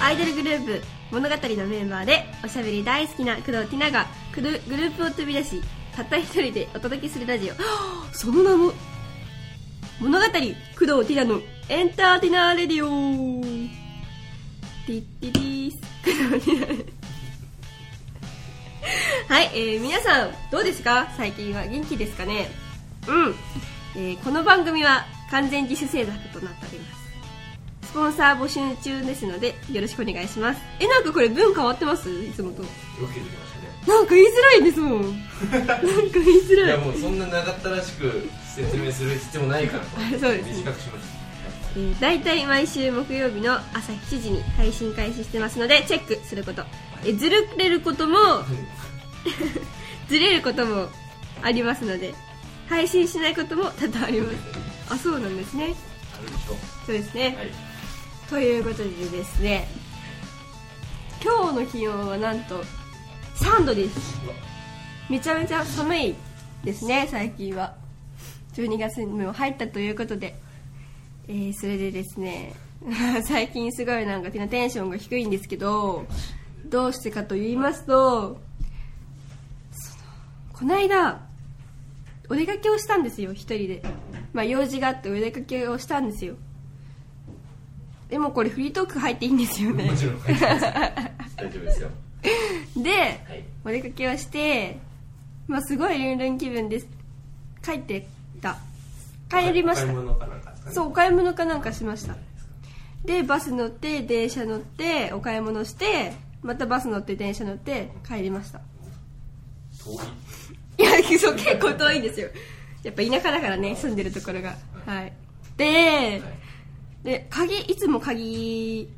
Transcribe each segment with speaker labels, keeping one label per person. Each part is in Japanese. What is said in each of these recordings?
Speaker 1: アイドルグループ物語のメンバーでおしゃべり大好きな工藤ティナがグルグループを飛び出したった一人でお届けするラジオ その名も物語工藤ティナのエンターテイナーレディオティッティティース 工藤ティナですはい、えー皆さんどうですか最近は元気ですかねうん、えーこの番組は完全自主制作となっておりますスポンサー募集中ですのでよろしくお願いしますえなんかこれ文変わってますいつもと
Speaker 2: よく言ってましたね
Speaker 1: なんか言いづらいです もんなんか言いづ
Speaker 2: い
Speaker 1: ら
Speaker 2: や
Speaker 1: い
Speaker 2: もうそんな長ったらしく説明する必要ないからと
Speaker 1: そうですね
Speaker 2: 短くしまし
Speaker 1: えー大体毎週木曜日の朝7時に配信開始してますのでチェックすること、えーずれることも
Speaker 2: た
Speaker 1: ずれることもありますので配信しないことも多々あ りますあそうなんですね
Speaker 2: あるでしょ
Speaker 1: そうですね、
Speaker 2: はい
Speaker 1: ということでですね今日の気温はなんと3度です
Speaker 2: うわ
Speaker 1: めちゃめちゃ寒いですね最近は12月にも入ったということで、えーそれでですね 最近すごいなんかテンションが低いんですけどどうしてかと言いますとそのこの間お出かけをしたんですよ一人でまあ用事があってお出かけをしたんですよでもこれフリートーク入っていいんですよね
Speaker 2: もちろん入ってます大丈夫ですよ
Speaker 1: で
Speaker 2: はい
Speaker 1: お出かけをして、まあ、すごいルンルン気分です帰ってた帰りまし
Speaker 2: お
Speaker 1: た
Speaker 2: 買い物かなんかですかね
Speaker 1: そうお買い物かなんかしましたでバス乗って電車乗ってお買い物してまたバス乗って電車乗って帰りました
Speaker 2: 遠い
Speaker 1: いやそう結構遠いんですよやっぱ田舎だからね住んでるところがはいで
Speaker 2: はい
Speaker 1: で鍵いつも鍵、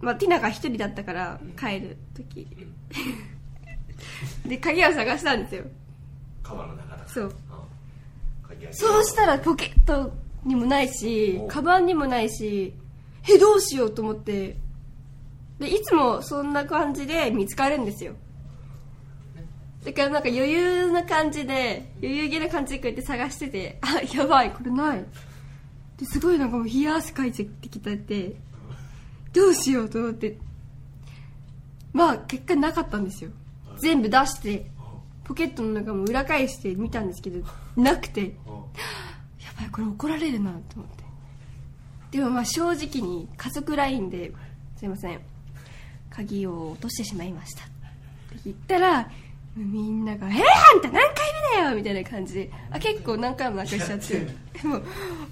Speaker 1: まあ、ティナが一人だったから帰る時で鍵を探したんですよ
Speaker 2: 川の中だから
Speaker 1: そう
Speaker 2: 鍵
Speaker 1: そうしたらポケットにもないし
Speaker 2: お
Speaker 1: カバンにもないしえどうしようと思ってでいつもそんな感じで見つかるんですよだからなんか余裕な感じで余裕げな感じでこうやって探しててあやばいこれないですごいなんかもう冷や汗かいてきたってどうしようと思ってまあ結果なかったんですよ全部出してポケットの中も裏返して見たんですけどなくてやばいこれ怒られるなと思ってでもまあ正直に家族 LINE で「すいません鍵を落としてしまいました」って言ったらみんなが「えー、あんた何回目だよ!」みたいな感じであ結構何回もなくしちゃってでも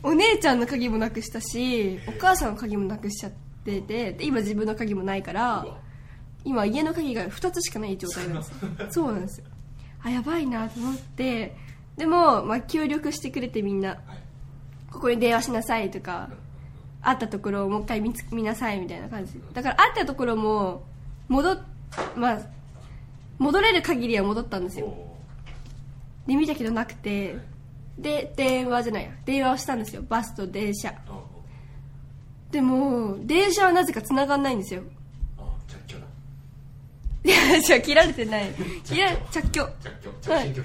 Speaker 1: お姉ちゃんの鍵もなくしたしお母さんの鍵もなくしちゃっててで今自分の鍵もないから
Speaker 2: うわ
Speaker 1: 今家の鍵が2つしかない状態なんですよそうなんですよあやばいなと思ってでも、まあ、協力してくれてみんな
Speaker 2: はい
Speaker 1: ここに電話しなさいとか会ったところをもう一回見つ見なさいみたいな感じだから会ったところも戻っまあ戻れる限りは戻ったんです
Speaker 2: お
Speaker 1: よ
Speaker 2: お
Speaker 1: で見たけどなくてで電話じゃないや電話をしたんですよバスと電車
Speaker 2: あ
Speaker 1: でも電車はなぜか繋がんないんですよ
Speaker 2: あ着去だ
Speaker 1: いやじゃあ切られてない切ら着拒
Speaker 2: 着去
Speaker 1: は
Speaker 2: 着
Speaker 1: い
Speaker 2: 信拒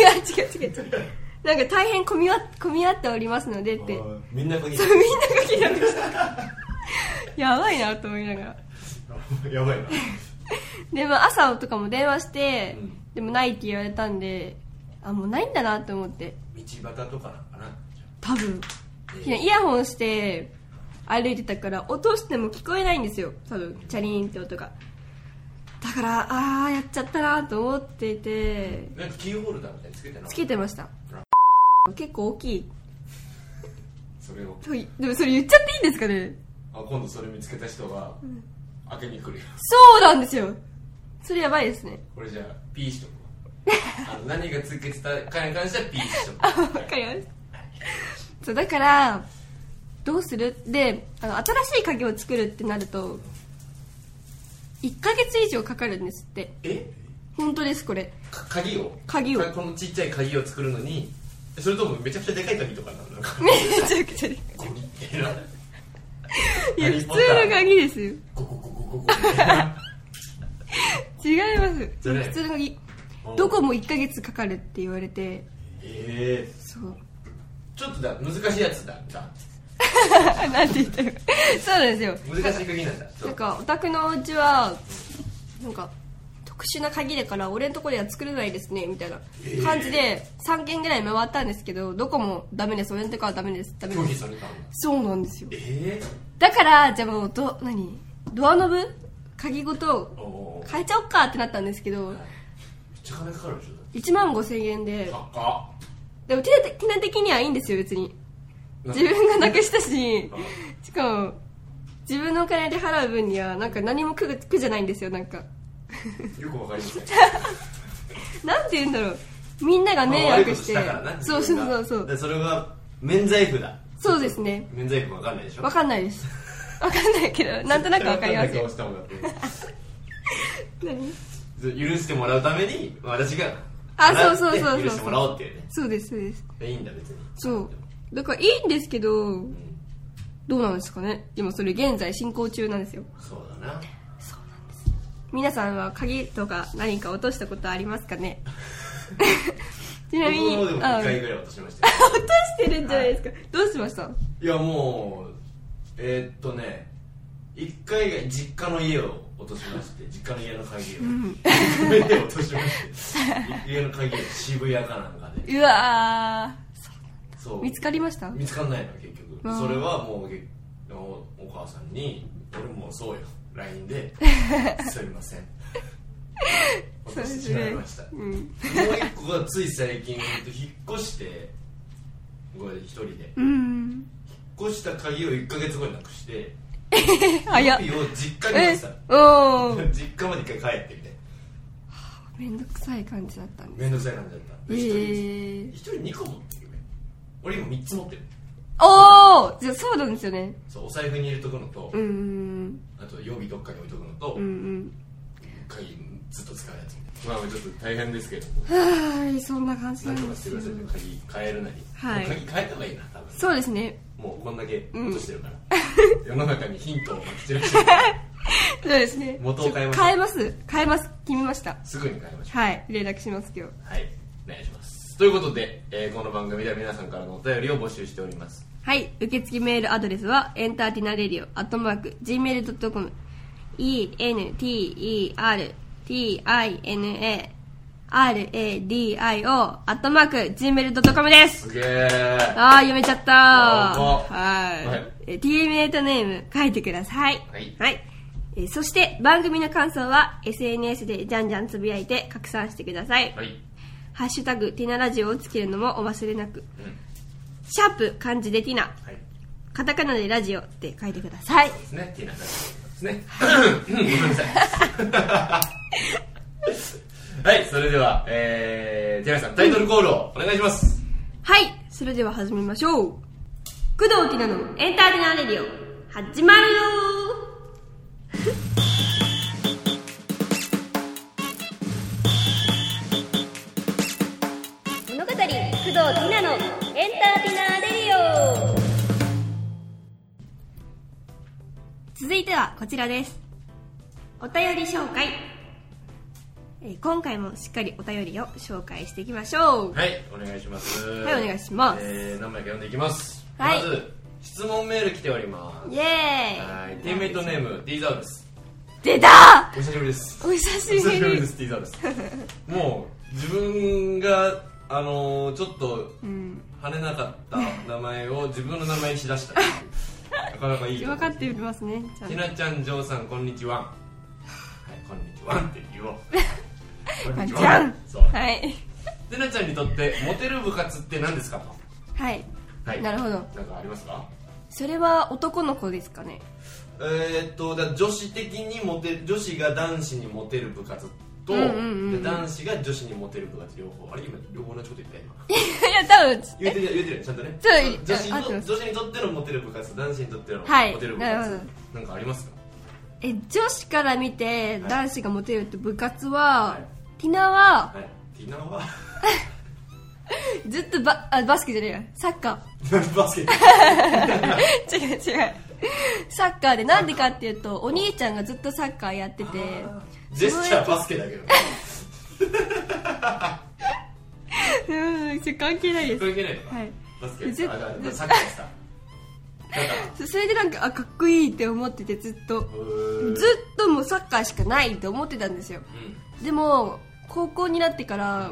Speaker 1: 違う違う違う違うなんか大変混み合混み合っておりますのでっ
Speaker 2: 否
Speaker 1: て
Speaker 2: あーみんな鍵
Speaker 1: そうみんなが切られました やばいなと思いながら
Speaker 2: やばいな
Speaker 1: でも朝とかも電話して、
Speaker 2: うん
Speaker 1: でもないって言われたんであもうないんだなと思って
Speaker 2: 道端とかなのかなじゃ
Speaker 1: 多分
Speaker 2: あ
Speaker 1: いやイヤホンして歩いてたから落としても聞こえないんですよ多分チャリーンって音がだからああやっちゃったなと思っていて
Speaker 2: なんかキーホルダーみたいにつけてなかっ
Speaker 1: つ
Speaker 2: た
Speaker 1: けてました
Speaker 2: ほら
Speaker 1: 結構大きい
Speaker 2: それを
Speaker 1: といでもそれ言っちゃっていいんですかね
Speaker 2: あ今度それ見つけた人が開けに来るよ
Speaker 1: そうなんですよそれやばいですね
Speaker 2: これじゃあピーしとこうあの何がつけてたかに関してはピーしとこ
Speaker 1: あわかりましたそうだからどうするであの新しい鍵を作るってなると1ヶ月以上かかるんですって
Speaker 2: え
Speaker 1: 本当ですこれ
Speaker 2: か鍵を
Speaker 1: 鍵を
Speaker 2: かこのちっちゃい鍵を作るのにそれともめちゃくちゃでかい鍵とかなのか
Speaker 1: めちゃくちゃで
Speaker 2: ゴミみたいない
Speaker 1: や
Speaker 2: ハリー
Speaker 1: 普
Speaker 2: ポ
Speaker 1: 通
Speaker 2: ッター
Speaker 1: の鍵ですよ
Speaker 2: ゴゴゴゴゴゴみたいな
Speaker 1: 違います
Speaker 2: それ
Speaker 1: 普通の鍵どこも1ヶ月かかるって言われて
Speaker 2: ええ
Speaker 1: そう
Speaker 2: ちょっとだ難しいやつだじゃあ
Speaker 1: なんて言ったよそうなんですよ
Speaker 2: 難しい鍵なんだそ
Speaker 1: なん
Speaker 2: う
Speaker 1: かお宅のお家はなんか特殊な鍵だから俺のところでは作れないですねみたいな感じで3軒ぐらい回ったんですけどどこもダメです俺のとこはダメですダメ
Speaker 2: 拒
Speaker 1: で
Speaker 2: 否
Speaker 1: す
Speaker 2: されたんだ
Speaker 1: そうなんですよ
Speaker 2: え
Speaker 1: だからじゃあもうど何ドアノブ鍵ご
Speaker 2: えー、
Speaker 1: と
Speaker 2: おー
Speaker 1: 変えちゃおっかってなったんですけど
Speaker 2: めっちゃ金かかるでしょ
Speaker 1: 1万5000円で
Speaker 2: だって高っ
Speaker 1: でも手で手的にはいいんですよ別に自分がなくしたししかも自分のお金で払う分にはなんか何も苦苦じゃないんですよなんか
Speaker 2: よくわかりません
Speaker 1: なんて言うんだろうみんなが迷惑して
Speaker 2: まあ悪いことしたからな
Speaker 1: そうそうそうそ
Speaker 3: だか
Speaker 1: う
Speaker 3: らそれは免罪符だ
Speaker 1: そうですね
Speaker 3: 免罪符わかんないでしょ
Speaker 1: わかんないですわかんないけ どなんとなくわかりますよ
Speaker 3: 絶対わかんない顔したもんだって
Speaker 1: 何
Speaker 3: 許して もらうために私が
Speaker 1: あ
Speaker 3: 払って
Speaker 1: そうそうそうそう
Speaker 3: 許してもらおうっていうね
Speaker 1: そうですそうです
Speaker 3: いいんだ別に
Speaker 1: そうだからいいんですけどどうなんですかね今それ現在進行中なんですよ
Speaker 3: そうだな
Speaker 1: 皆さんは鍵とか何か落としたことありますか ねちなみに
Speaker 3: 僕もでも
Speaker 1: あ
Speaker 3: 1回ぐらい落としましたよ
Speaker 1: 落としてるんじゃないですか、どうしました
Speaker 3: いやもうえーっとね1回が実家の家を落としま して実家の家の鍵を、実 家の家を落としまして家の鍵を渋谷かなんかで
Speaker 1: うわ
Speaker 3: そう
Speaker 1: ー見つかりました
Speaker 3: 見つかんないの結局
Speaker 1: わあ
Speaker 3: それはもうげおお母さんに俺もそうよ LINE で 「すみません」落としてしまいましたも
Speaker 1: うん
Speaker 3: う一個がつい最近ほんと引っ越してこれ一人で
Speaker 1: うん
Speaker 3: 引っ越した鍵を1か月後になくして
Speaker 1: 早っ
Speaker 3: 鍵を実家に
Speaker 1: え
Speaker 3: 出した
Speaker 1: おー
Speaker 3: 実家まで一回帰ってみたいな
Speaker 1: めんどくさい感じだったんで
Speaker 3: 面倒くさい感じだった
Speaker 1: え
Speaker 3: で一人
Speaker 1: ー
Speaker 3: 一人2個持ってるよね俺今3つ持ってる
Speaker 1: おーじゃあそうなんですよね
Speaker 3: そうお財布に入れとくのと
Speaker 1: うんうん
Speaker 3: あと予備どっかに置いとくのと
Speaker 1: うんうん
Speaker 3: 鍵ずっと使うやつみたいな
Speaker 2: まあちょっと大変ですけど
Speaker 1: はいそんな感じ
Speaker 3: な
Speaker 1: なんん
Speaker 3: とか
Speaker 1: で
Speaker 3: して
Speaker 1: す
Speaker 3: く
Speaker 1: よ
Speaker 3: ださいね鍵変えるなり、
Speaker 1: はい
Speaker 3: 鍵変えた方がいいな多分
Speaker 1: そうですね
Speaker 3: もうこんだけ落としてるから、世の中にヒントをまき散らしてる
Speaker 1: そうですね
Speaker 3: 元を変えましょう
Speaker 1: 変えます変えます決めました
Speaker 3: すぐに変えましょ
Speaker 1: はい連絡します今日
Speaker 3: うはいお願いしますということで、えーこの番組では皆さんからのお便りを募集しております
Speaker 1: はい受付メールアドレスはエンターティナレディオアットマーク Gmail.com entertinaradio アットマーク Gmail.com です
Speaker 3: すげー
Speaker 1: ああ読めちゃった
Speaker 3: あ
Speaker 1: はい、
Speaker 3: はい
Speaker 1: えー TM8 ネーム書いてください
Speaker 3: はい
Speaker 1: えーそして番組の感想は SNS でじゃんじゃんつぶやいて拡散してください、
Speaker 3: はい
Speaker 1: ハッシュタグティナラジオをつけるのもお忘れなく、
Speaker 3: ん
Speaker 1: シャープ漢字でティナ
Speaker 3: はい
Speaker 1: カタカナでラジオって書いてください
Speaker 3: ですねティーナさんですねうんごめんなさ いはいそれでは、えー、ティーナさんタイトルコールをお願いします、
Speaker 1: はいそれでは始めましょう工藤ティナのエンターテイナーレディオ始まるよ物語工藤ティナのエンターテイナーレディオ続いてはこちらですお便り紹介えー今回もしっかりお便りを紹介していきましょう
Speaker 3: はいお願いします
Speaker 1: はいお願いします
Speaker 3: えー、何枚か読んでいきます、
Speaker 1: はい
Speaker 3: まず質問メール来ておりま
Speaker 1: イエ
Speaker 3: すは
Speaker 1: ーイ
Speaker 3: いティーメイトネーム D ザウルス
Speaker 1: 出た
Speaker 3: お久しぶりです
Speaker 1: お久
Speaker 3: お
Speaker 1: し
Speaker 3: 久
Speaker 1: ぶ
Speaker 3: しぶりで
Speaker 1: り
Speaker 3: す D ザウルスもう自分があのー、ちょっと跳ねなかった名前を自分の名前にしだしたなかなかいい
Speaker 1: 分かってますねちゃん
Speaker 3: ひ
Speaker 1: と
Speaker 3: なちゃん、ジョーさん、こんにちは。はい、こんにちはって言おう。 こんにち
Speaker 1: じゃ
Speaker 3: は
Speaker 1: ん。
Speaker 3: そう。
Speaker 1: はい
Speaker 3: ひなちゃんにとって、モテる部活って何ですかと。
Speaker 1: はい
Speaker 3: はい。
Speaker 1: なるほど
Speaker 3: なんかありますか
Speaker 1: それは男の子ですかね
Speaker 3: えー、っとだから女子的にモテ女子が男子にモテる部活と、
Speaker 1: うんうんうんうん
Speaker 3: で男子が女子にモテる部活両方あれ今両方同じこと言った 今
Speaker 1: いや多分
Speaker 3: 言うてる言うてるよちゃんとね
Speaker 1: そう
Speaker 3: 女子
Speaker 1: あ合ってま
Speaker 3: の
Speaker 1: す
Speaker 3: 女子にとってのモテる部活男子にとってのモ
Speaker 1: はい
Speaker 3: テる部活、
Speaker 1: なるほ
Speaker 3: なんかありますか
Speaker 1: え女子から見て
Speaker 3: はい
Speaker 1: 男子がモテるって部活は、
Speaker 3: はい
Speaker 1: ティナは
Speaker 3: はいティナは
Speaker 1: ずっとバあバスケじゃねえやサッカ
Speaker 3: バスケ
Speaker 1: ー違う違うサッカーでなんでかっていうとお兄ちゃんがずっとサッカーやってて
Speaker 3: ジェスチャーバスケだけど
Speaker 1: うんそれ関係ないです
Speaker 3: 関係ないのか、
Speaker 1: はい
Speaker 3: バスケ
Speaker 1: ず
Speaker 3: あだからサッカーですか
Speaker 1: そうそれでなんかあかっこいいって思っててずっと
Speaker 3: ー
Speaker 1: ずっともうサッカーしかないって思ってたんですよでも高校になってから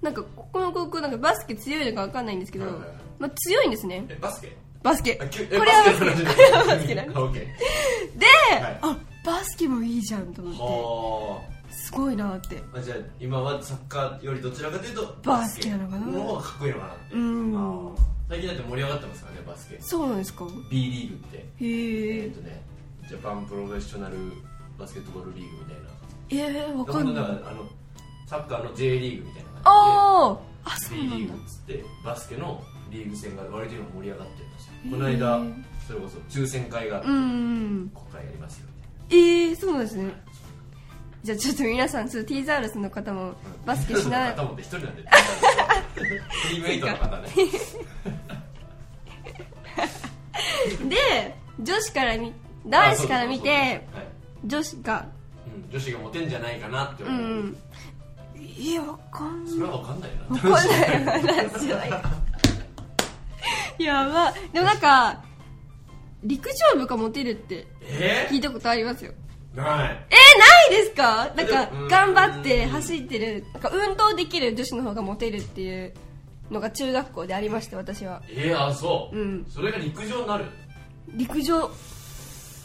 Speaker 1: なんかここの高校なんかバスケ強いのか分かんないんですけど、
Speaker 3: はいはいはい
Speaker 1: まあ、強いんですね
Speaker 2: えバスケ
Speaker 1: バスケ
Speaker 3: あ
Speaker 1: こ
Speaker 3: きゅ
Speaker 1: れ
Speaker 3: え
Speaker 1: はバスケこ
Speaker 3: バスケ
Speaker 1: れはバスケなんで
Speaker 3: あオッケー
Speaker 1: で、
Speaker 3: はい
Speaker 1: あバスケもいいじゃんと思
Speaker 3: は
Speaker 1: ってすごいなって
Speaker 3: あじゃあ今はサッカーよりどちらかというと
Speaker 1: バスケなのかな
Speaker 3: の方がかっこいいのかなって
Speaker 1: うん
Speaker 3: あー最近だって盛り上がってますからねバスケ
Speaker 1: そうなんですか
Speaker 3: B リーグって
Speaker 1: へ
Speaker 3: え
Speaker 1: え
Speaker 3: っとねジャパンプロフェッショナルバスケットボールリーグみたいな
Speaker 1: えー、わか
Speaker 3: 本当
Speaker 1: んな
Speaker 3: だ
Speaker 1: い
Speaker 3: からあのサッカーの J リーグみたいな感
Speaker 1: あーあ
Speaker 3: じ
Speaker 1: そ
Speaker 3: で
Speaker 1: う
Speaker 3: B
Speaker 1: な
Speaker 3: リ
Speaker 1: ん
Speaker 3: ー
Speaker 1: だ
Speaker 3: グっつってバスケのリーグ戦が割と今盛り上がってるんですよ
Speaker 1: へー
Speaker 3: この間それこそ抽選会があって
Speaker 1: うんうん
Speaker 3: 国会やりますよみたいな
Speaker 1: ええー、そうなんですねじゃあちょっと皆さんちょっとティーザウルスの方もバスケし ない
Speaker 3: その方も一人なんでチームメイトの方ね
Speaker 1: で女子からみ 男子から見
Speaker 3: はい
Speaker 1: て女子が
Speaker 3: うん女子がモテんじゃないかなって
Speaker 1: う
Speaker 3: 思う、
Speaker 1: んえわかん
Speaker 3: それは分かんないな
Speaker 1: こんない話はやばいでもなんか陸上部がモテるって
Speaker 3: え
Speaker 1: 聞いたことありますよ
Speaker 3: ー、ない
Speaker 1: えー、ないですかなんか
Speaker 3: うん
Speaker 1: 頑張って走ってるなんか運動できる女子の方がモテるっていうのが中学校でありまして私は
Speaker 3: えー、あそう、
Speaker 1: うん
Speaker 3: それが陸上になる
Speaker 1: 陸上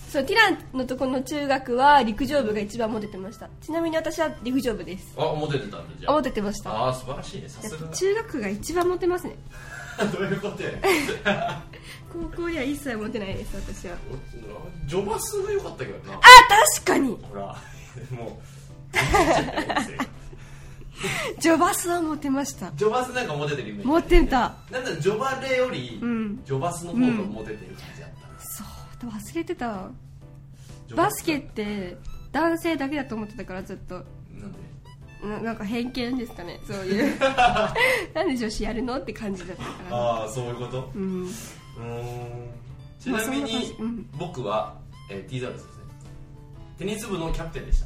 Speaker 1: そうティランのとこの中学は陸上部が一番モテてましたちなみに私は陸上部です
Speaker 3: あモテてたんだじゃ
Speaker 1: あ
Speaker 3: あ
Speaker 1: モテてました
Speaker 3: あー素晴らしいねさ
Speaker 1: やっ
Speaker 3: す
Speaker 1: ぱ
Speaker 3: が
Speaker 1: 中学が一番モテますね
Speaker 3: どういうことやねん
Speaker 1: 高校では一切モテないです私は
Speaker 3: ジョバスが良かったけどな
Speaker 1: あ確かに
Speaker 3: ほら も
Speaker 1: ジョバスはモテました
Speaker 3: うジョバスなんかモテてるイメージ
Speaker 1: モテた
Speaker 3: なんだジョバレより、
Speaker 1: うん
Speaker 3: ジョバスの方がモテてる感じだったな
Speaker 1: そう忘れてた
Speaker 3: ジョ
Speaker 1: バ
Speaker 3: ス
Speaker 1: スケって男性だけだと思ってたからずっと
Speaker 3: なんで
Speaker 1: ななんか偏見ですかねそういう なんで女子やるのって感じだったから
Speaker 3: ああそういうこと
Speaker 1: うん
Speaker 3: うーんち
Speaker 1: まあ
Speaker 3: なみ
Speaker 1: そんな感
Speaker 3: に
Speaker 1: じうん
Speaker 3: 僕は、えー、ティーザウルスですねテニス部のキャプテンでした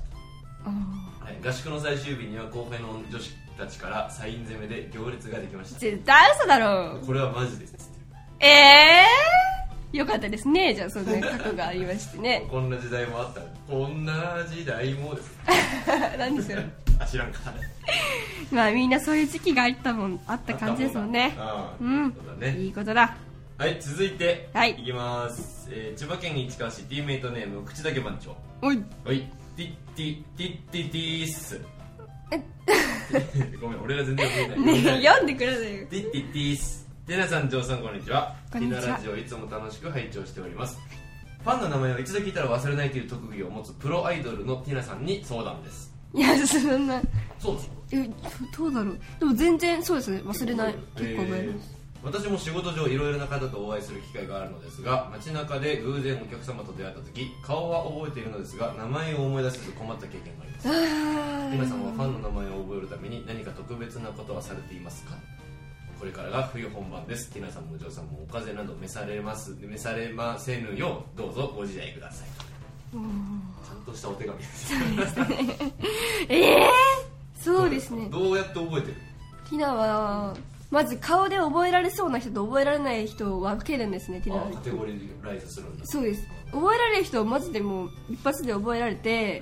Speaker 1: あ
Speaker 3: はい合宿の最終日には後輩の女子たちからサイン攻めで行列ができまし
Speaker 1: ー
Speaker 3: た
Speaker 1: 絶対嘘だろ
Speaker 3: これはマジですっつっ
Speaker 1: え
Speaker 3: て
Speaker 1: えー、よかったですねじゃあそんな過去がありまして ね
Speaker 3: こんな時代もあったこんな時代もです
Speaker 1: 何でしょう
Speaker 3: あ知らんか
Speaker 1: まあみんなそういう時期があったもんあった感じですもんね
Speaker 3: あった
Speaker 1: う
Speaker 3: もん
Speaker 1: ん
Speaker 3: だうんそうだね
Speaker 1: いいことだ
Speaker 3: はい続いて
Speaker 1: はい
Speaker 3: いきます、えー千葉県市川市 T メイトネーム口だけ番長
Speaker 1: おい
Speaker 3: はいティッティティッティティースごめん俺が全然覚えてない
Speaker 1: ねえ読んでくれないよ
Speaker 3: ティッティッティーステナさん、ジョーさん、こんにちは。
Speaker 1: こんにちは
Speaker 3: ティナラジオいつも楽しく拝聴しております。ファンの名前を一度聞いたら忘れないという特技を持つプロアイドルのティナさんに相談です。
Speaker 1: いやそんな
Speaker 3: そうです
Speaker 1: えどうだろうでも全然そうですね忘れない結構覚えます、
Speaker 3: 私も仕事上いろいろな方とお会いする機会があるのですが街中で偶然お客様と出会った時顔は覚えているのですが名前を思い出せず困った経験があります
Speaker 1: あー
Speaker 3: 皆さんはファンの名前を覚えるために何か特別なことはされていますかこれからが冬本番ですティナさんもお嬢さんもお風邪など召されます召されませぬようどうぞご自愛くださいちゃんとしたお手紙です
Speaker 1: ええそうですね
Speaker 3: どうやって覚えてる
Speaker 1: ティナはまず顔で覚えられそうな人と覚えられない人を分けるんですねティナ
Speaker 3: あ
Speaker 1: は
Speaker 3: カテゴリーライズするんだ
Speaker 1: そうです覚えられる人はマジでもう一発で覚えられて、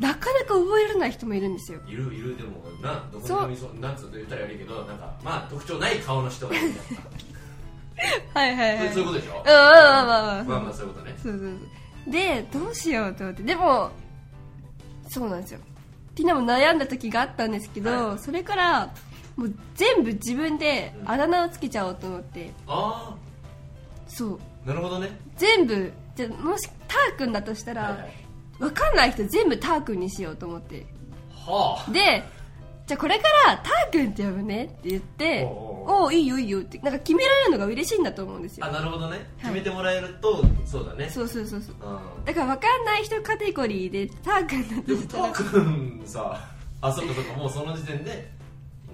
Speaker 1: なかなか覚えられない人もいるんですよ
Speaker 3: いるいるでもなどこでもいそうなんつうと言ったら悪いけどなんかまあ特徴ない顔の人がいるんだ
Speaker 1: はい はい
Speaker 3: そうそういうことでしょ
Speaker 1: うんうんうんうん
Speaker 3: まあまあそういうことね
Speaker 1: そうそうそうでどうしようと思ってでもそうなんですよティナも悩んだ時があったんですけど、
Speaker 3: はい
Speaker 1: それからもう全部自分で
Speaker 3: うん
Speaker 1: あだ名をつけちゃおうと思って
Speaker 3: あ
Speaker 1: そう
Speaker 3: あなるほどね
Speaker 1: 全部じゃあもしターくんだとしたら、
Speaker 3: はいはい
Speaker 1: わかんない人全部ターくんにしようと思って
Speaker 3: はあ
Speaker 1: でじゃあこれからターくんって呼ぶねって言って
Speaker 3: おうお
Speaker 1: おおういいよいいよってなんか決められるのが嬉しいんだと思うんですよ
Speaker 3: あなるほどね決めてもらえるとそうだね
Speaker 1: そうそうそうそう
Speaker 3: うん
Speaker 1: だからわかんない人カテゴリーでターくんだ
Speaker 3: で
Speaker 1: と
Speaker 3: も
Speaker 1: した
Speaker 3: た
Speaker 1: ら
Speaker 3: ーくんさあそっかそっかもうその時点で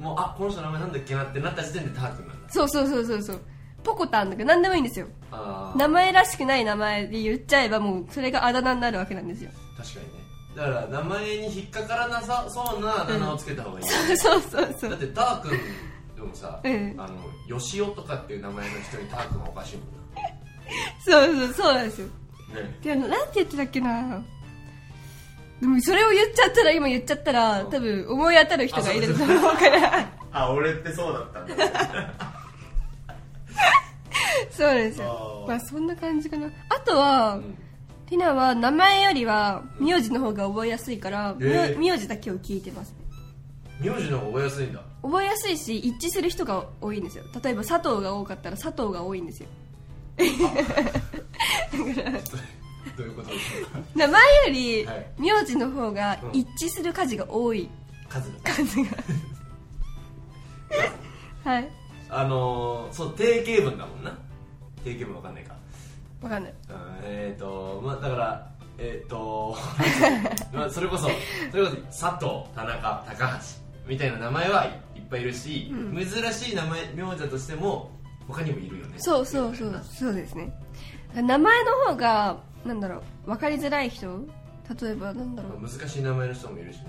Speaker 3: もうあこの人の名前なんだっけなってなった時点でたーくんなんだ
Speaker 1: そうそうそうそうそうポコタンとか何でもいいんですよ
Speaker 3: ああ
Speaker 1: 名前らしくない名前で言っちゃえばもうそれがあだ名になるわけなんですよ
Speaker 3: 確かにねだから名前に引っかからなさそうなあだ名をつけた 方がいい、
Speaker 1: そうそうそ
Speaker 3: だっ
Speaker 1: う
Speaker 3: てたーくんでもさ、
Speaker 1: うん
Speaker 3: あのよしおとかっていう名前の人にたーくんはおかしいもんな
Speaker 1: そうそうそうなんですよ
Speaker 3: ね
Speaker 1: であのなんて言ってたっけなでもそれを言っちゃったら今言っちゃったら多分思い当たる人がいると思うから
Speaker 3: あ俺ってそうだったんだ
Speaker 1: そうなんですよ
Speaker 3: あー
Speaker 1: まあそんな感じかなあとは、
Speaker 3: ん
Speaker 1: ティナは名前よりは名字の方が覚えやすいから、
Speaker 3: えー
Speaker 1: 名名字だけを聞いてます
Speaker 3: 名字の方が覚えやすいんだ
Speaker 1: 覚えやすいし一致する人が多いんですよ例えば佐藤が多かったら佐藤が多いんですよ
Speaker 3: どういうことでしょ うか
Speaker 1: 名前より
Speaker 3: はい
Speaker 1: 名字の方が
Speaker 3: うん
Speaker 1: 一致する数が多い
Speaker 3: 数が
Speaker 1: 数がはい
Speaker 3: あのー、そう定型文だもんな定型文わかんないか
Speaker 1: わかんない
Speaker 3: うんえっ、ー、とまあだからえっ、ー、と まあそれこそそれこそ佐藤田中高橋みたいな名前はいっぱいいるし、
Speaker 1: うん
Speaker 3: 珍しい名前名字だとしても他にもいるよね
Speaker 1: そうそうそうそうですね名前の方がなんだろう分かりづらい人例えばなんだろう
Speaker 3: まあ難しい名前の人もいるしな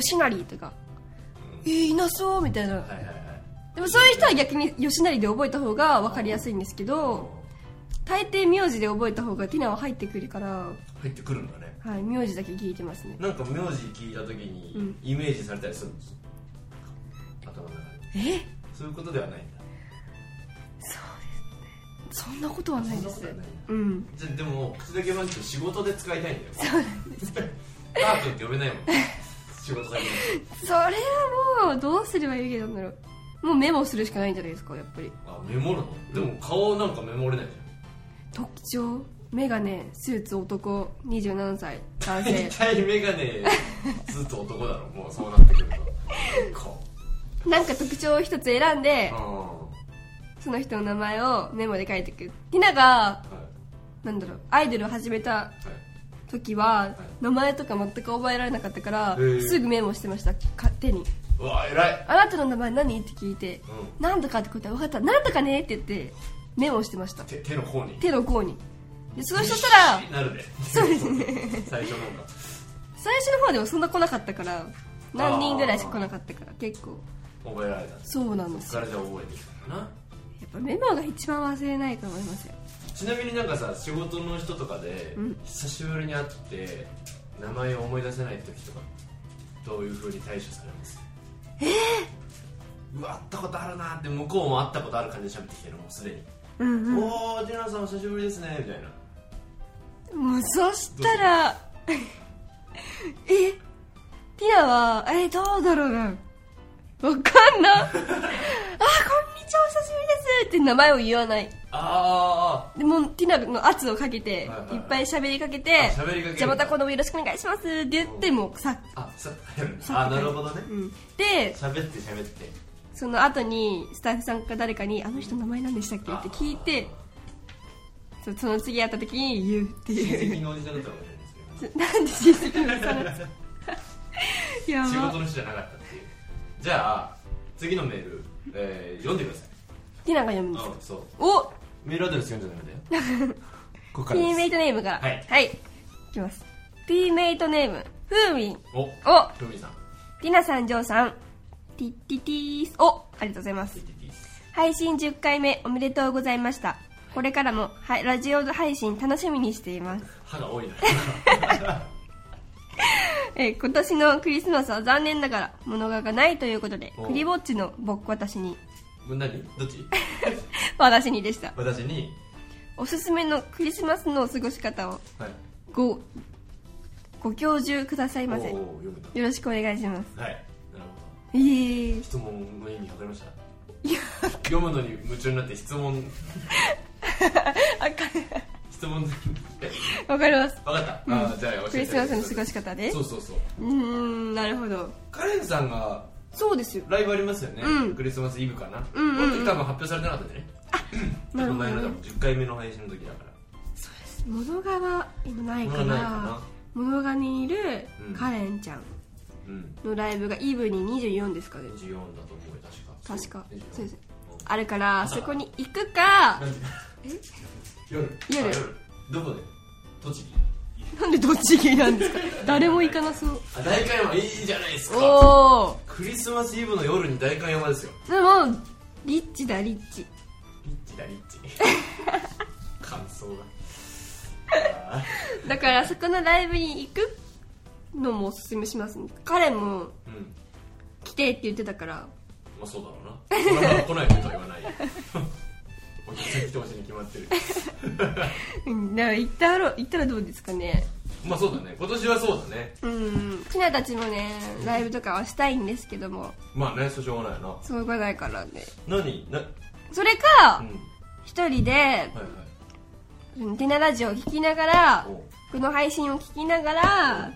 Speaker 1: 吉成とか、えー、いなそうみたいな
Speaker 3: はいはいはい
Speaker 1: でもそういう人は逆に吉成で覚えた方が分かりやすいんですけど大抵名字で覚えた方がティナは入ってくるから、
Speaker 3: 入ってくるんだね
Speaker 1: はい、名字だけ聞いてますね
Speaker 3: なんか名字聞いた時
Speaker 1: う
Speaker 3: に
Speaker 1: ん
Speaker 3: イメージされたりするんですよ、頭の中で
Speaker 1: え
Speaker 3: そういうことではないんだ
Speaker 1: そんなことはないで
Speaker 3: そ
Speaker 1: す
Speaker 3: んなことはない
Speaker 1: うん
Speaker 3: じゃでも口だけ番長仕事で使いたいんだよそうなんですパー君って呼べないもん仕事先に
Speaker 1: それはもうどうすればいいけどなんだろうもうメモするしかないんじゃないですかやっぱり
Speaker 3: あメモるのでも顔なんかメモれない
Speaker 1: 特徴メガネスーツ男27歳男
Speaker 3: じゃ
Speaker 1: 性
Speaker 3: ん 大体メガネずっと男だろもうそうなってくると顔
Speaker 1: なんか特徴を一つ選んで
Speaker 3: うん
Speaker 1: その人の名前をメモで書いていくティナが
Speaker 3: はい
Speaker 1: なんだろうアイドルを始めた
Speaker 3: はい
Speaker 1: 時は名前とか全く覚えられなかったから
Speaker 3: へえ
Speaker 1: すぐメモしてました勝手に
Speaker 3: うわ偉い
Speaker 1: 「あなたの名前何?」って聞いて「
Speaker 3: う
Speaker 1: なんとか」って答え分かった「なんとかね」って言ってメモしてました
Speaker 3: ん手手の甲に
Speaker 1: 手の甲にでそうしたら
Speaker 3: なるで
Speaker 1: そうですね
Speaker 3: 最初なんか
Speaker 1: 最初の方でもそんな来なかったから何人ぐらいしか来なかったから結構
Speaker 3: 覚えられた
Speaker 1: そうなんです
Speaker 3: そ
Speaker 1: よ
Speaker 3: れで覚えてきたかな
Speaker 1: やっぱメモが一番忘れないと思いますよ
Speaker 3: ちなみになんかさ仕事の人とかで、
Speaker 1: うん
Speaker 3: 久しぶりに会って名前を思い出せない時とかどういうふうに対処されますえうわ会ったことあるなーって向こうも会ったことある感じで喋ってきてるもうすでに、
Speaker 1: うんうんも
Speaker 3: おおジェナさんお久しぶりですねみたいな
Speaker 1: うそしたら えティナはえどうだろうなわかん なあこんにちはお久しぶりですって名前を言わない
Speaker 3: あ
Speaker 1: でもティナの圧をかけて、い
Speaker 3: はいはいはい
Speaker 1: っぱい喋りかけて
Speaker 3: あ喋りかける
Speaker 1: じゃあまた今度もよろしくお願いしますって言ってもうさ
Speaker 3: ーあさ
Speaker 1: さ
Speaker 3: あなるほどね
Speaker 1: うん、で
Speaker 3: 喋って喋って
Speaker 1: その後にスタッフさんか誰かに「あの人名前何でしたっけ?」って聞いてそその次会った時に言うって
Speaker 3: 親
Speaker 1: いう
Speaker 3: 戚のおじちゃんだったかもしれないですけどね
Speaker 1: なんで親戚のさなや
Speaker 3: 仕事
Speaker 1: ば
Speaker 3: の人じゃなかったっていうじゃあ次のメール、えー読んでください
Speaker 1: ティナが読むんです
Speaker 3: あ
Speaker 1: か
Speaker 3: そう
Speaker 1: お
Speaker 3: メールアドレス読んじゃダメだよここ
Speaker 1: ティーメイトネームから
Speaker 3: は
Speaker 1: い
Speaker 3: い
Speaker 1: いきますティーメイトネームふーみん
Speaker 3: お
Speaker 1: お
Speaker 3: ふみさん
Speaker 1: ティナさんジョーさんティッティティースおありがとうございます配信10回目おめでとうございましたこれからもはいラジオ配信楽しみにしています、
Speaker 3: 歯が多いな
Speaker 1: えー今年のクリスマスは残念ながら物ががないということで
Speaker 3: お
Speaker 1: クリぼっちの僕私に
Speaker 3: 何どっち
Speaker 1: 私にでした
Speaker 3: 私に
Speaker 1: おすすめのクリスマスのお過ごし方を
Speaker 3: はい
Speaker 1: ごご教授くださいませ
Speaker 3: お
Speaker 1: よ
Speaker 3: お読めた
Speaker 1: ろしくお願いします
Speaker 3: はいなるほ
Speaker 1: えー
Speaker 3: ど、質問の意味わかりました読むのに夢中になって質問
Speaker 1: あか
Speaker 3: 質問
Speaker 1: わかります
Speaker 3: わかった、ああーじゃあ教えて
Speaker 1: クリスマスの過ごし方で
Speaker 3: そうそうそう
Speaker 1: うーんなるほど
Speaker 3: カレンさんが
Speaker 1: そうですよ
Speaker 3: ライブありますよね、
Speaker 1: うん
Speaker 3: クリスマスイブかな、
Speaker 1: うんうんうん
Speaker 3: この時多分発表されてなかったんでねちょ
Speaker 1: な
Speaker 3: っ
Speaker 1: るほ
Speaker 3: と
Speaker 1: ど
Speaker 3: 前の
Speaker 1: ね
Speaker 3: 多分10回目の配信の時だから
Speaker 1: 物がは今ないから
Speaker 3: 物がないか
Speaker 1: 物がにいる
Speaker 3: うん
Speaker 1: カレンちゃん
Speaker 3: うん
Speaker 1: のライブがイブに24ですかね
Speaker 3: 24だと思うよ確
Speaker 1: 確
Speaker 3: か
Speaker 1: か
Speaker 3: 24
Speaker 1: そうです
Speaker 3: うん
Speaker 1: あるからそこに行くか
Speaker 3: 何時夜
Speaker 1: 夜
Speaker 3: あどこで栃木
Speaker 1: なんでどっち系なんですか誰も行かなそう
Speaker 3: あ代官山いいじゃないですか
Speaker 1: おお
Speaker 3: クリスマスイブの夜に代官山ですよ
Speaker 1: でもリッチだリッチ
Speaker 3: リッチだリッチ
Speaker 2: 感想が
Speaker 3: あ
Speaker 1: だからそこのライブに行くのもおすすめしますね彼も
Speaker 3: ーうん
Speaker 1: 来てって言ってたから
Speaker 3: まあそうだろうな来ないことは言わ ないよお客さん来てほしいに決まってる
Speaker 1: うんだから行ったら行ったらどうですかね
Speaker 3: まあそうだね今年はそうだね
Speaker 1: うんひなたちもねライブとかはしたいんですけども
Speaker 3: まあねそうしょうがないよ
Speaker 1: そこがないからね
Speaker 3: な何なうん
Speaker 1: それか
Speaker 3: はい
Speaker 1: 一人で
Speaker 3: はい
Speaker 1: うんテナラジオを聞きながら
Speaker 3: おう
Speaker 1: この配信を聞きながら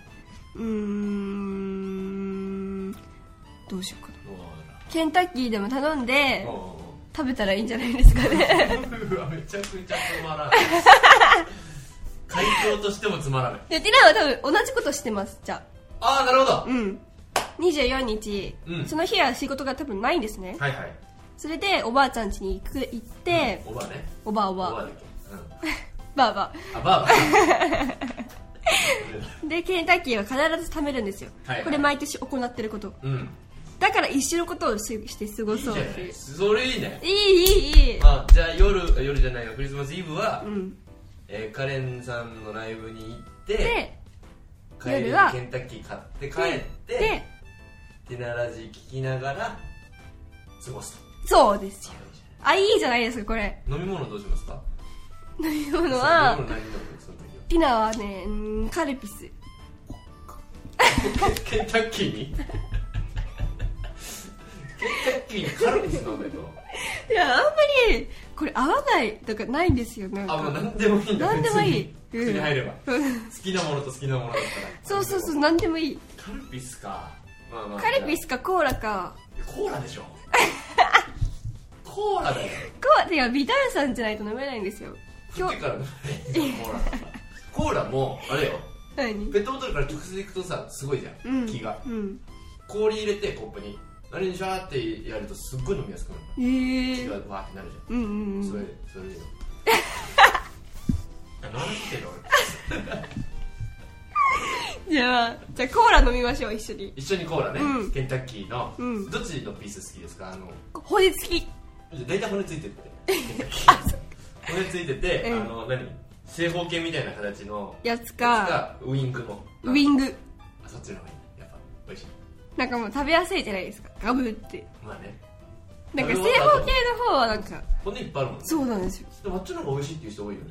Speaker 1: うーんどうしようかなケンタッキーでも頼んで
Speaker 3: おうおう
Speaker 1: 食べたらいいんじゃないですかね
Speaker 3: う わめちゃくちゃつま らない回答としてもつまらない
Speaker 1: でティナは多分同じことしてますじゃ
Speaker 3: ああなるほど
Speaker 1: あうん24日、
Speaker 3: うん
Speaker 1: その日は仕事が多分ないんですね
Speaker 3: はいはい
Speaker 1: それでおばあちゃん家に行く行って、
Speaker 3: おばあね
Speaker 1: おばあお
Speaker 3: おばあ
Speaker 1: ば
Speaker 3: だっけ
Speaker 1: あばあば
Speaker 3: うんあばあ ば
Speaker 1: あでケンタッキーは必ず貯めるんですよ、
Speaker 3: はいはい
Speaker 1: これ毎年行ってること
Speaker 3: うん
Speaker 1: だから一緒のことをしして過
Speaker 3: い
Speaker 1: ご
Speaker 3: いじ
Speaker 1: そ
Speaker 3: ゃ
Speaker 1: う
Speaker 3: な
Speaker 1: っていう
Speaker 3: いそれいいね
Speaker 1: いいいいいい
Speaker 3: あじゃあ夜あ夜じゃないよクリスマスイブは、
Speaker 1: うん
Speaker 3: えーカレンさんのライブに行って
Speaker 1: で
Speaker 3: 帰りに
Speaker 1: 夜は
Speaker 3: ケンタッキー買って帰って
Speaker 1: で
Speaker 3: ティナラジ聞きながら過ごすと
Speaker 1: そうですよあいいじゃないですかこれ
Speaker 3: 飲み物どうしますか
Speaker 1: 飲み物
Speaker 3: 飲
Speaker 1: は
Speaker 3: み物何飲むその時
Speaker 1: ティナはねうーんカルピス
Speaker 3: はケンタッキーにケンタッキーにカルピス飲めと
Speaker 1: いやあんまりこれ合わないとかないんですよなんか
Speaker 3: あもう何でもいいんだ
Speaker 1: 何でもいい
Speaker 3: 別に口に入れば、
Speaker 1: うん
Speaker 3: 好きなものと好きなものだったら
Speaker 1: そうそうそう
Speaker 3: う
Speaker 1: 何でもいい
Speaker 3: カルピスか、まあまあ、
Speaker 1: カルピスかコーラか
Speaker 3: コーラでしょコーラだよ
Speaker 1: コーラいやビタルさんじゃないと飲めないんですよ
Speaker 3: 食
Speaker 1: 今
Speaker 3: っ
Speaker 1: 日
Speaker 3: てから飲めないコーラコーラもあれよ
Speaker 1: 何
Speaker 3: ペットボトルから直接行くとさすごいじゃん、
Speaker 1: うん
Speaker 3: 気が
Speaker 1: うん
Speaker 3: 氷入れてコップに何にシャーってやるとすっごい飲みやすくなる
Speaker 1: え
Speaker 3: 気
Speaker 1: ー
Speaker 3: がわーってなるじゃん
Speaker 1: うんうんうん
Speaker 3: それそれであ飲 んでる俺
Speaker 1: じゃあじゃあコーラ飲みましょう一緒に
Speaker 3: 一緒にコーラね、
Speaker 1: うん
Speaker 3: ケンタッキーの、
Speaker 1: うん
Speaker 3: どっちのピース好きですかあの
Speaker 1: 骨付き
Speaker 3: 大体骨ついてるって骨ついてて、
Speaker 1: うん
Speaker 3: あの何正方形みたいな形の
Speaker 1: やつ
Speaker 3: やつ
Speaker 1: か
Speaker 3: がウイングの
Speaker 1: ウィング
Speaker 3: あそっちの方がいいやっぱ美味しい
Speaker 1: なんかもう食べやすいじゃないですかガブって
Speaker 3: まあね
Speaker 1: なんか正方形の方はなんか
Speaker 3: 骨いっぱいあるもんね
Speaker 1: そうなんですよ
Speaker 3: でもあっちの方が美味しいっていう人多いよね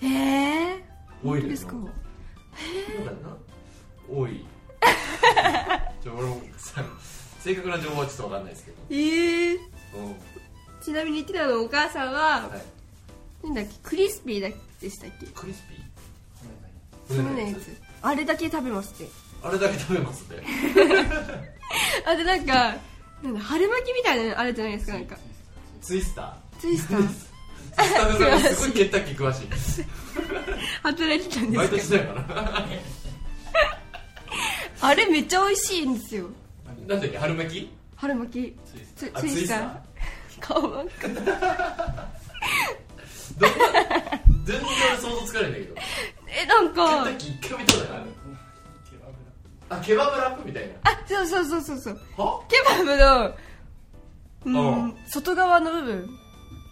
Speaker 1: へえ
Speaker 3: 多い
Speaker 1: ですか
Speaker 3: なんかな多いちょ俺もさ正確な情報はちょっと分かんないですけど
Speaker 1: えー、
Speaker 3: うんは
Speaker 1: ちなみにティナのお母さんはいなんだっけクリスピーだっけでしたっけ
Speaker 3: クリスピー
Speaker 1: そのねやつあれだけ食べますって
Speaker 3: あれだけ食べますね
Speaker 1: あでなんかなんだ春巻きみたいなのあるじゃないですかなんか
Speaker 3: ツイスタ
Speaker 1: ツイスタ
Speaker 3: ー
Speaker 1: ー
Speaker 3: ツイスターの中ですごいケンタッキー詳しい
Speaker 1: 働いてた ん
Speaker 3: バイト
Speaker 1: で
Speaker 3: し
Speaker 1: す
Speaker 3: てないかな
Speaker 1: かあれめっちゃ美味しいんですよ
Speaker 3: なんだっけ春巻き
Speaker 1: 春巻きツ
Speaker 3: あ
Speaker 1: ツイスターかわいく
Speaker 3: どんな全然俺想像つかないんだけどケン
Speaker 1: えなん
Speaker 3: タ
Speaker 1: か
Speaker 3: ッキー一回見たことないあケバブラップみたいな
Speaker 1: あそうそうそうそうそう
Speaker 3: は
Speaker 1: ケバブのうん
Speaker 3: う
Speaker 1: 外側の部分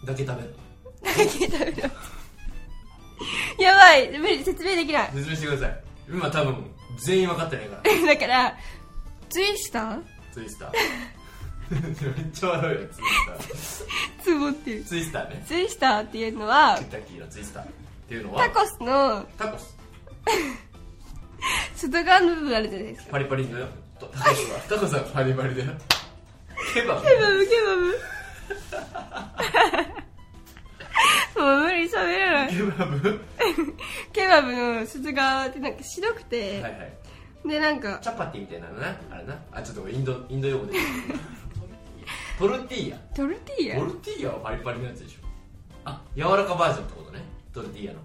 Speaker 3: だけ食べる
Speaker 1: だけ食べる やばい無理説明できない
Speaker 3: 説明してください今多分全員分かってないから
Speaker 1: だからツイスター
Speaker 3: ツイスター めっちゃ悪いよツイス
Speaker 1: つぼってる
Speaker 3: ターツイスターね
Speaker 1: ツイスターっていうのは
Speaker 3: ケンタッキーのツイスターっていうのは
Speaker 1: タコスの
Speaker 3: タコス
Speaker 1: 外側の部分あるじゃないですか
Speaker 3: パリパリだよタコスはタコスはパリパリだよケバブ
Speaker 1: ケバブケバブ もう無理喋れない
Speaker 3: ケバブ
Speaker 1: ケバブの外側ってなんか白くて、
Speaker 3: はいはい
Speaker 1: でなんか
Speaker 3: チャパティみたいなのなあれなあちょっとインドインド用語でトルティーヤ
Speaker 1: トルティーヤ
Speaker 3: トルティーヤはパリパリのやつでしょあ柔らかバージョンってことねトルティーヤの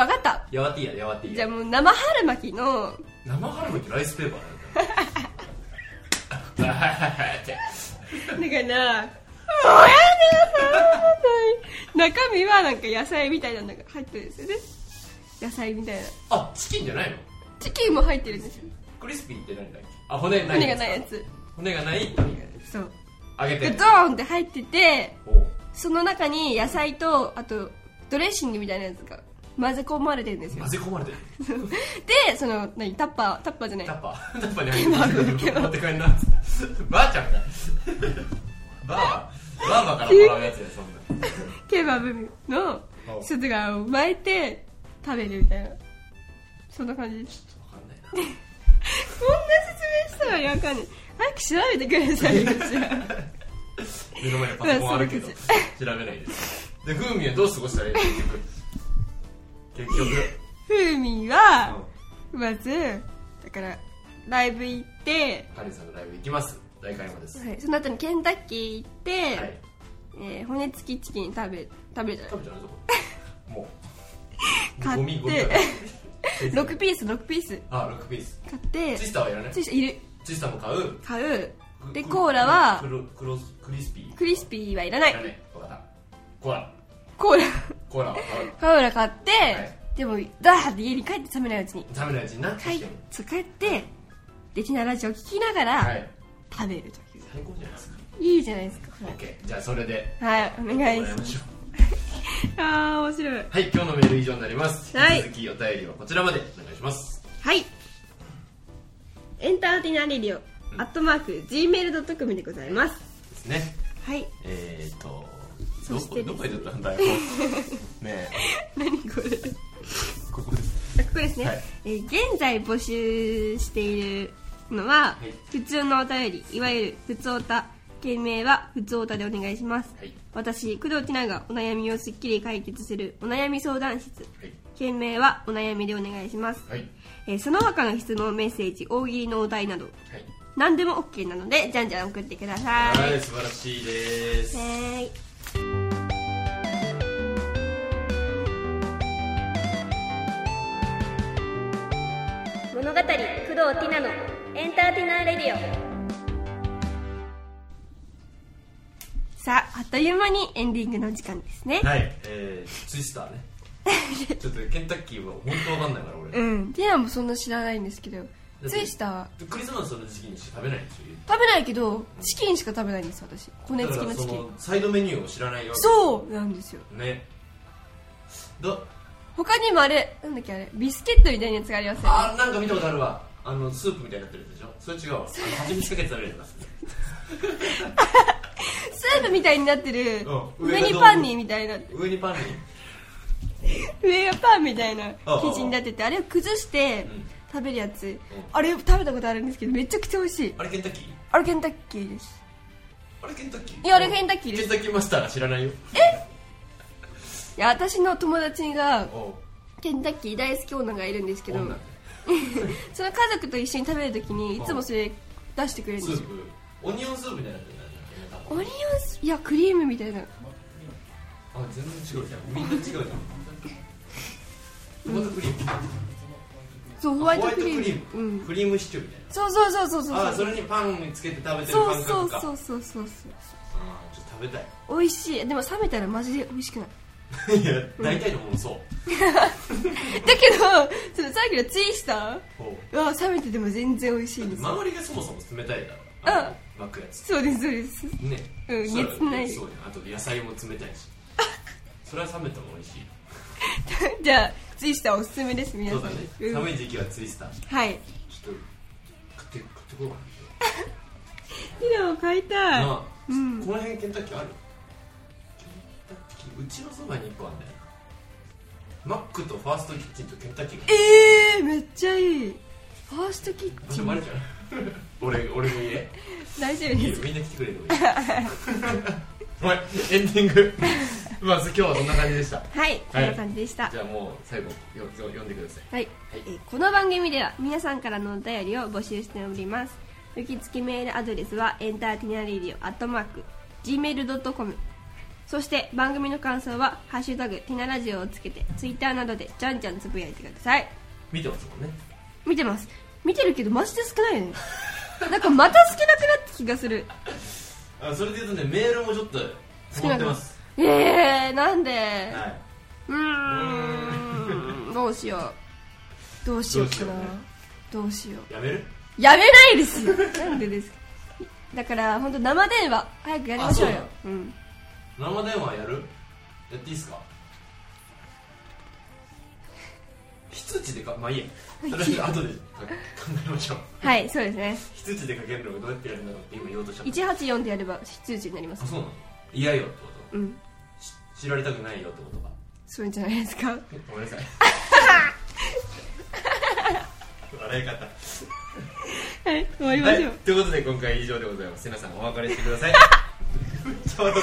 Speaker 1: わかった
Speaker 3: ヤワティーヤヤワティー
Speaker 1: じゃあ
Speaker 3: ヤ
Speaker 1: もう生春巻きの
Speaker 3: 生春巻きライスペーパ ーなんだって
Speaker 1: だ から、おやめなさい。中身はなんか野菜みたいなのが入ってるんですよね。野菜みたいな。
Speaker 3: あチキンじゃないの
Speaker 1: チキンも入ってるんですよ。
Speaker 3: クリスピーって何だっけあ骨な
Speaker 1: 骨
Speaker 3: い
Speaker 1: が
Speaker 3: やつか
Speaker 1: ないやつ。
Speaker 3: 骨がない
Speaker 1: そう。
Speaker 3: 揚げ
Speaker 1: で、
Speaker 3: て
Speaker 1: ドーンって入ってて、
Speaker 3: おう
Speaker 1: その中に野菜と、あと、ドレッシングみたいなやつが混ぜ込まれてるんですよ
Speaker 3: 混ぜ込まれてる
Speaker 1: でその何タッパータッパーじゃない
Speaker 2: タッパータ ッパーに入って持って帰んなばあちゃんかばあばあばからもらうやつやそんな
Speaker 1: ケバブの
Speaker 3: お
Speaker 1: 外側を巻いて食べるみたいなそんな感じです
Speaker 3: わかんないな
Speaker 1: こんな説明したらやかんね早く調べてくださいよこ ちら
Speaker 2: 目の前にパソコンあるけ ど調べないですで風味はどう過ごしたらいいの結局結局
Speaker 1: ふーみんはまずだからライブ行って、
Speaker 2: ハリーさんのライブ行きます大会山です
Speaker 1: その後にケンタッキー行って、
Speaker 2: はい
Speaker 1: えー骨付きチキン食べ食べるじゃない
Speaker 2: 食べちゃうぞもう
Speaker 1: 買って
Speaker 2: ゴミゴミだ
Speaker 1: 6ピース6ピース
Speaker 2: あ6ピース
Speaker 1: 買って
Speaker 2: ツイスターはいらない
Speaker 1: ついいる
Speaker 2: ツイスターも買う
Speaker 1: 買う
Speaker 2: く
Speaker 1: で
Speaker 2: く
Speaker 1: コーラは
Speaker 2: くろくろクリスピー
Speaker 1: クリスピーはいらない
Speaker 2: いらねわかったコーラ
Speaker 1: コーラ
Speaker 2: コーラは買う
Speaker 1: コーラ買って、
Speaker 2: はい
Speaker 1: でもダーッて家に帰って冷めないうちに
Speaker 2: ダメなやつになって
Speaker 1: 帰
Speaker 2: き
Speaker 1: って
Speaker 2: も
Speaker 1: そう帰ってできなラジオ聞きながら、
Speaker 2: はい
Speaker 1: 食べるとい
Speaker 2: 最高じゃないですか
Speaker 1: ういいじゃないですかこ
Speaker 2: OK じゃあそれで
Speaker 1: れはいお願い
Speaker 2: もらい
Speaker 1: しま
Speaker 2: ますしょう
Speaker 1: ああ面白い
Speaker 2: はい今日のメール以上になります
Speaker 1: はい
Speaker 2: 引き続きお便りはこちらまでお願いします
Speaker 1: はいエンターテイナーレディオ、アットマーク Gmail.com でございます
Speaker 2: ですね
Speaker 1: はい
Speaker 2: えーと
Speaker 1: そ
Speaker 2: ど
Speaker 1: し
Speaker 2: こ
Speaker 1: てですね
Speaker 2: どこへ出た んだよね
Speaker 1: 何こ
Speaker 2: えここ
Speaker 1: れ
Speaker 2: です
Speaker 1: ここですね、
Speaker 2: はい
Speaker 1: えー現在募集しているのは、
Speaker 2: はい
Speaker 1: 普通のお便りいわゆる普通おた件名は普通おたでお願いします、
Speaker 2: はい
Speaker 1: 私工藤千奈がお悩みをすっきり解決するお悩み相談室
Speaker 2: はい
Speaker 1: 件名はお悩みでお願いします、
Speaker 2: はい
Speaker 1: えーその他の質問メッセージ大喜利のお題など
Speaker 2: はい
Speaker 1: 何でも OK なのでじゃんじゃん送ってください
Speaker 2: はい素晴らしいです
Speaker 1: はい物語工藤ティナのエンターテイナーレディオさああっという間にエンディングの時間ですね、
Speaker 3: はいえー、ツイスターね ちょっとケンタッキーは本当わかんないから俺
Speaker 1: うんティナもそんな知らないんですけど
Speaker 2: て
Speaker 1: ツイスターは
Speaker 3: クリスマスの時期にしか食べないんですよ
Speaker 1: 食べないけどチキンしか食べないんです私骨
Speaker 3: だ
Speaker 1: 付
Speaker 3: か
Speaker 1: きのチ
Speaker 3: らそ
Speaker 1: キン
Speaker 3: のサイドメニューを知らないよ
Speaker 1: そうなんですよ
Speaker 3: ねだ
Speaker 1: 他にもあれなんだっけあれビスケットみたいなやつがありますよね
Speaker 3: あーなんか見たことあるわあのスープみたいになってるやつでしょそれ違うわあの蜂蜜かけて食べるやつだ
Speaker 1: スープみたいになってる、
Speaker 3: うん
Speaker 1: 上に
Speaker 3: 上が
Speaker 1: パンにみたいな
Speaker 3: 上にパンに
Speaker 1: 上がパンみたいな
Speaker 3: ああ
Speaker 1: 生地になっててあれを崩して
Speaker 3: ん
Speaker 1: 食べるやつ、あれ食べたことあるんですけどめちゃくちゃ美味しい
Speaker 3: あれケンタッキー
Speaker 1: あれケンタッキーです
Speaker 3: あれケンタッキー
Speaker 1: いやあれケンタッキーです
Speaker 3: ケンタッキーマスターが知らないよ
Speaker 1: いや私の友達が
Speaker 3: おう
Speaker 1: ケンタッキー大好き女がいるんですけど
Speaker 3: 女
Speaker 1: その家族と一緒に食べるときにいつもそれ出してくれるん
Speaker 3: ス
Speaker 1: です
Speaker 3: ー
Speaker 1: よ
Speaker 3: プオニオンスープみたいになってるやつだよね
Speaker 1: オニオンスいやクリームみたいな
Speaker 3: 多分あ全然違うじゃんみんな違う じゃんホワイトクリーム
Speaker 1: そうホ
Speaker 3: ホ
Speaker 1: ワイトクリーム
Speaker 3: ワイトクリー
Speaker 1: う
Speaker 3: ム
Speaker 1: ん、
Speaker 3: クリームシチューみたい
Speaker 1: そうそうそうそうそう
Speaker 3: なあー
Speaker 1: そ
Speaker 3: そうれにパンにつけて食べてる
Speaker 1: そ
Speaker 3: 感
Speaker 1: うそう
Speaker 3: 覚か
Speaker 1: そううそうそう
Speaker 3: あーちょっと食べたい
Speaker 1: 美味しいでも冷めたらマジで美味しくない
Speaker 3: いや、大体のものそう。
Speaker 1: だけどそのさっきのツイスタ
Speaker 3: こ
Speaker 1: ーは冷めてても全然美味しいん
Speaker 3: う
Speaker 1: ですよ
Speaker 3: 周りがそもそも冷たいだろ。うん。巻くやつ。
Speaker 1: そうですそうです
Speaker 3: ね。
Speaker 1: うん
Speaker 3: そら
Speaker 1: 熱ない
Speaker 3: そうや。あと野菜も冷た いし。それは冷めても美味しい。
Speaker 1: じゃあツイスターおすすめです皆
Speaker 3: そ
Speaker 1: さ
Speaker 3: うんだね。
Speaker 1: うん
Speaker 3: 寒い時期はツイスター。ち
Speaker 1: はい
Speaker 3: ょっと、食って、食ってこよう
Speaker 1: ヒナを買い
Speaker 3: か
Speaker 1: た
Speaker 3: な。
Speaker 1: い
Speaker 3: なあ
Speaker 1: うん
Speaker 3: この辺ケンタッキーあるケンタッキー、うちのそばに1個あんだよな。マックとファーストキッチンとケンタッキーが。
Speaker 1: ええー、めっちゃいいファーストキッ
Speaker 3: 場
Speaker 1: チ
Speaker 3: 所バレ
Speaker 1: ン
Speaker 3: ちゃう俺、俺の家。
Speaker 1: 大丈夫
Speaker 3: いい
Speaker 1: で
Speaker 3: よ
Speaker 1: す
Speaker 3: みんな来てくれるのいいはいエンディングまず今日はそんな感じでした
Speaker 1: はいこんな感じでした、
Speaker 2: じゃあもう最後よよ読んでください
Speaker 1: はい、えーこの番組では皆さんからのお便りを募集しております受付メールアドレスはエンターティナレディオアットマーク Gmail.com そして番組の感想は「ハッシュタグティナラジオ」をつけてツイッターなどでじゃんじゃんつぶやいてください
Speaker 3: 見てますもんね
Speaker 1: 見てます見てるけどマジで少ない よねなんかまた少なくなった気がする
Speaker 3: あそれで言うとねメールもちょっと
Speaker 1: 少
Speaker 3: 溜
Speaker 1: な
Speaker 3: まっ
Speaker 1: くな
Speaker 3: てま
Speaker 1: っ
Speaker 3: す
Speaker 1: たえー、なんで
Speaker 3: はい、
Speaker 1: うーんどうしようどうしようかなどうしよう
Speaker 3: やめる
Speaker 1: やめないですよ なんでですかだから本当生電話早くやりましょうよ
Speaker 3: あ
Speaker 1: うん
Speaker 3: 生電話やるやっていいっすか非通知でかまあいいやそれは後で考えましょう
Speaker 1: はいそうですね
Speaker 3: 非通知でかけるのがどうやってやるんだろうって今言おうとしちゃった
Speaker 1: 184でやれば非通知になります
Speaker 3: あそうなの嫌よってこ
Speaker 1: うん
Speaker 3: とし知られたくないよってことか
Speaker 1: そういうんじゃないですか
Speaker 2: ごめんなさ い
Speaker 3: 笑い方
Speaker 1: はい終わりま
Speaker 2: は
Speaker 1: しょう
Speaker 2: い、ということで今回以上でございます皆さんお別れしてくださ いちょうどね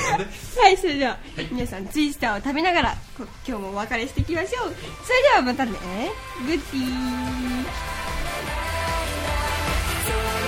Speaker 1: はい、それでは、皆さんツイスターを食べながらこ今日もお別れしていきましょうそれではまたねグッディー
Speaker 4: 「それだけの